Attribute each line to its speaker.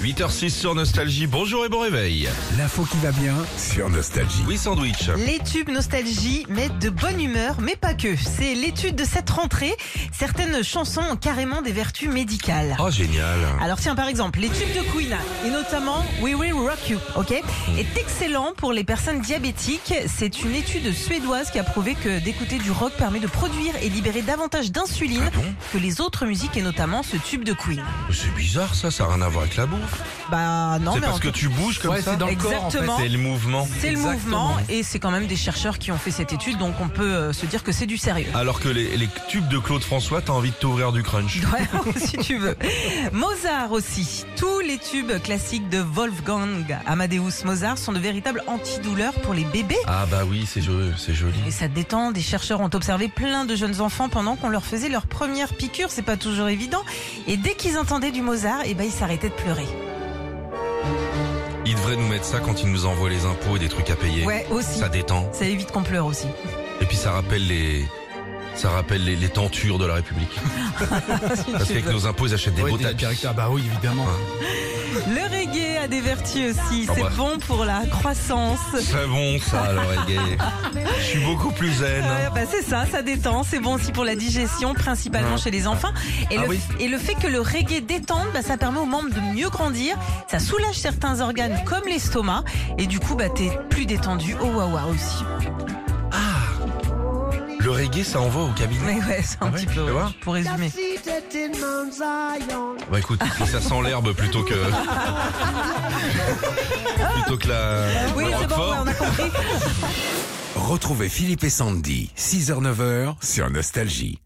Speaker 1: 8h06 sur Nostalgie, bonjour et bon réveil.
Speaker 2: L'info qui va bien sur Nostalgie.
Speaker 1: Oui, sandwich.
Speaker 3: Les tubes nostalgie mettent de bonne humeur, mais pas que. C'est l'étude de cette rentrée. Certaines chansons ont carrément des vertus médicales.
Speaker 1: Oh, génial.
Speaker 3: Alors tiens, par exemple, les tubes de Queen, et notamment We Will Rock You, ok Est excellent pour les personnes diabétiques. C'est une étude suédoise qui a prouvé que d'écouter du rock permet de produire et libérer davantage d'insuline
Speaker 1: Ah bon
Speaker 3: que les autres musiques, et notamment ce tube de Queen.
Speaker 1: C'est bizarre ça, ça n'a rien à voir avec la bouffe.
Speaker 3: Bah non,
Speaker 1: C'est
Speaker 3: mais en
Speaker 1: parce que
Speaker 3: tout-
Speaker 1: tu bouges comme
Speaker 2: Ouais,
Speaker 1: ça
Speaker 2: c'est dans le corps en fait.
Speaker 3: Exactement.
Speaker 1: C'est le mouvement.
Speaker 3: c'est le
Speaker 2: Exactement.
Speaker 3: mouvement et c'est quand même des chercheurs qui ont fait cette étude, donc on peut euh, se dire que c'est du sérieux.
Speaker 1: Alors que les, les tubes de Claude François, t'as envie de t'ouvrir du crunch.
Speaker 3: Ouais, si tu veux. Mozart aussi. Tous les tubes classiques de Wolfgang Amadeus Mozart sont de véritables antidouleurs pour les bébés.
Speaker 1: Ah bah oui, c'est joli. C'est joli.
Speaker 3: Et ça détend. Des chercheurs ont observé plein de jeunes enfants pendant qu'on leur faisait leur première piqûre. C'est pas toujours évident. Et dès qu'ils entendaient du Mozart, eh ben, ils s'arrêtaient de pleurer.
Speaker 1: Il devrait nous mettre ça quand il nous envoie les impôts et des trucs à payer.
Speaker 3: Ouais, aussi.
Speaker 1: Ça
Speaker 3: Ça,
Speaker 1: détend.
Speaker 3: évite qu'on pleure aussi.
Speaker 1: Et puis ça rappelle les... Ça rappelle les, les tentures de la République.
Speaker 3: Si
Speaker 1: Parce
Speaker 3: tu
Speaker 1: qu'avec
Speaker 3: veux.
Speaker 1: nos impôts, ils achètent des
Speaker 2: Ouais,
Speaker 1: beaux
Speaker 2: des
Speaker 1: tapis.
Speaker 2: caractères, bah oui, évidemment.
Speaker 3: Le reggae a des vertus aussi.
Speaker 1: Ah
Speaker 3: C'est
Speaker 1: bah.
Speaker 3: bon pour la croissance.
Speaker 1: C'est bon ça, alors reggae. Je suis beaucoup plus zen. hein.
Speaker 3: Ouais, bah, c'est ça, ça détend, c'est bon aussi pour la digestion, principalement chez les enfants. Et,
Speaker 1: Ah
Speaker 3: le,
Speaker 1: oui.
Speaker 3: et le fait que le reggae détende, bah, ça permet aux membres de mieux grandir, ça soulage certains organes comme l'estomac, et du coup, bah, t'es plus détendu au wawa aussi.
Speaker 1: Le reggae, ça envoie au cabinet.
Speaker 3: Mais ouais, c'est
Speaker 1: Ah
Speaker 3: un
Speaker 1: ouais,
Speaker 3: petit
Speaker 1: tu
Speaker 3: peu,
Speaker 1: peux
Speaker 3: ouais,
Speaker 1: voir
Speaker 3: pour résumer.
Speaker 4: Seated in Mount Zion.
Speaker 1: Bah écoute, ça sent l'herbe plutôt que. plutôt que la.
Speaker 3: Oui,
Speaker 1: le
Speaker 3: c'est bon,
Speaker 1: Roquefort.
Speaker 3: ouais, on a compris.
Speaker 2: Retrouvez Philippe et Sandy, 6h-9h sur Nostalgie.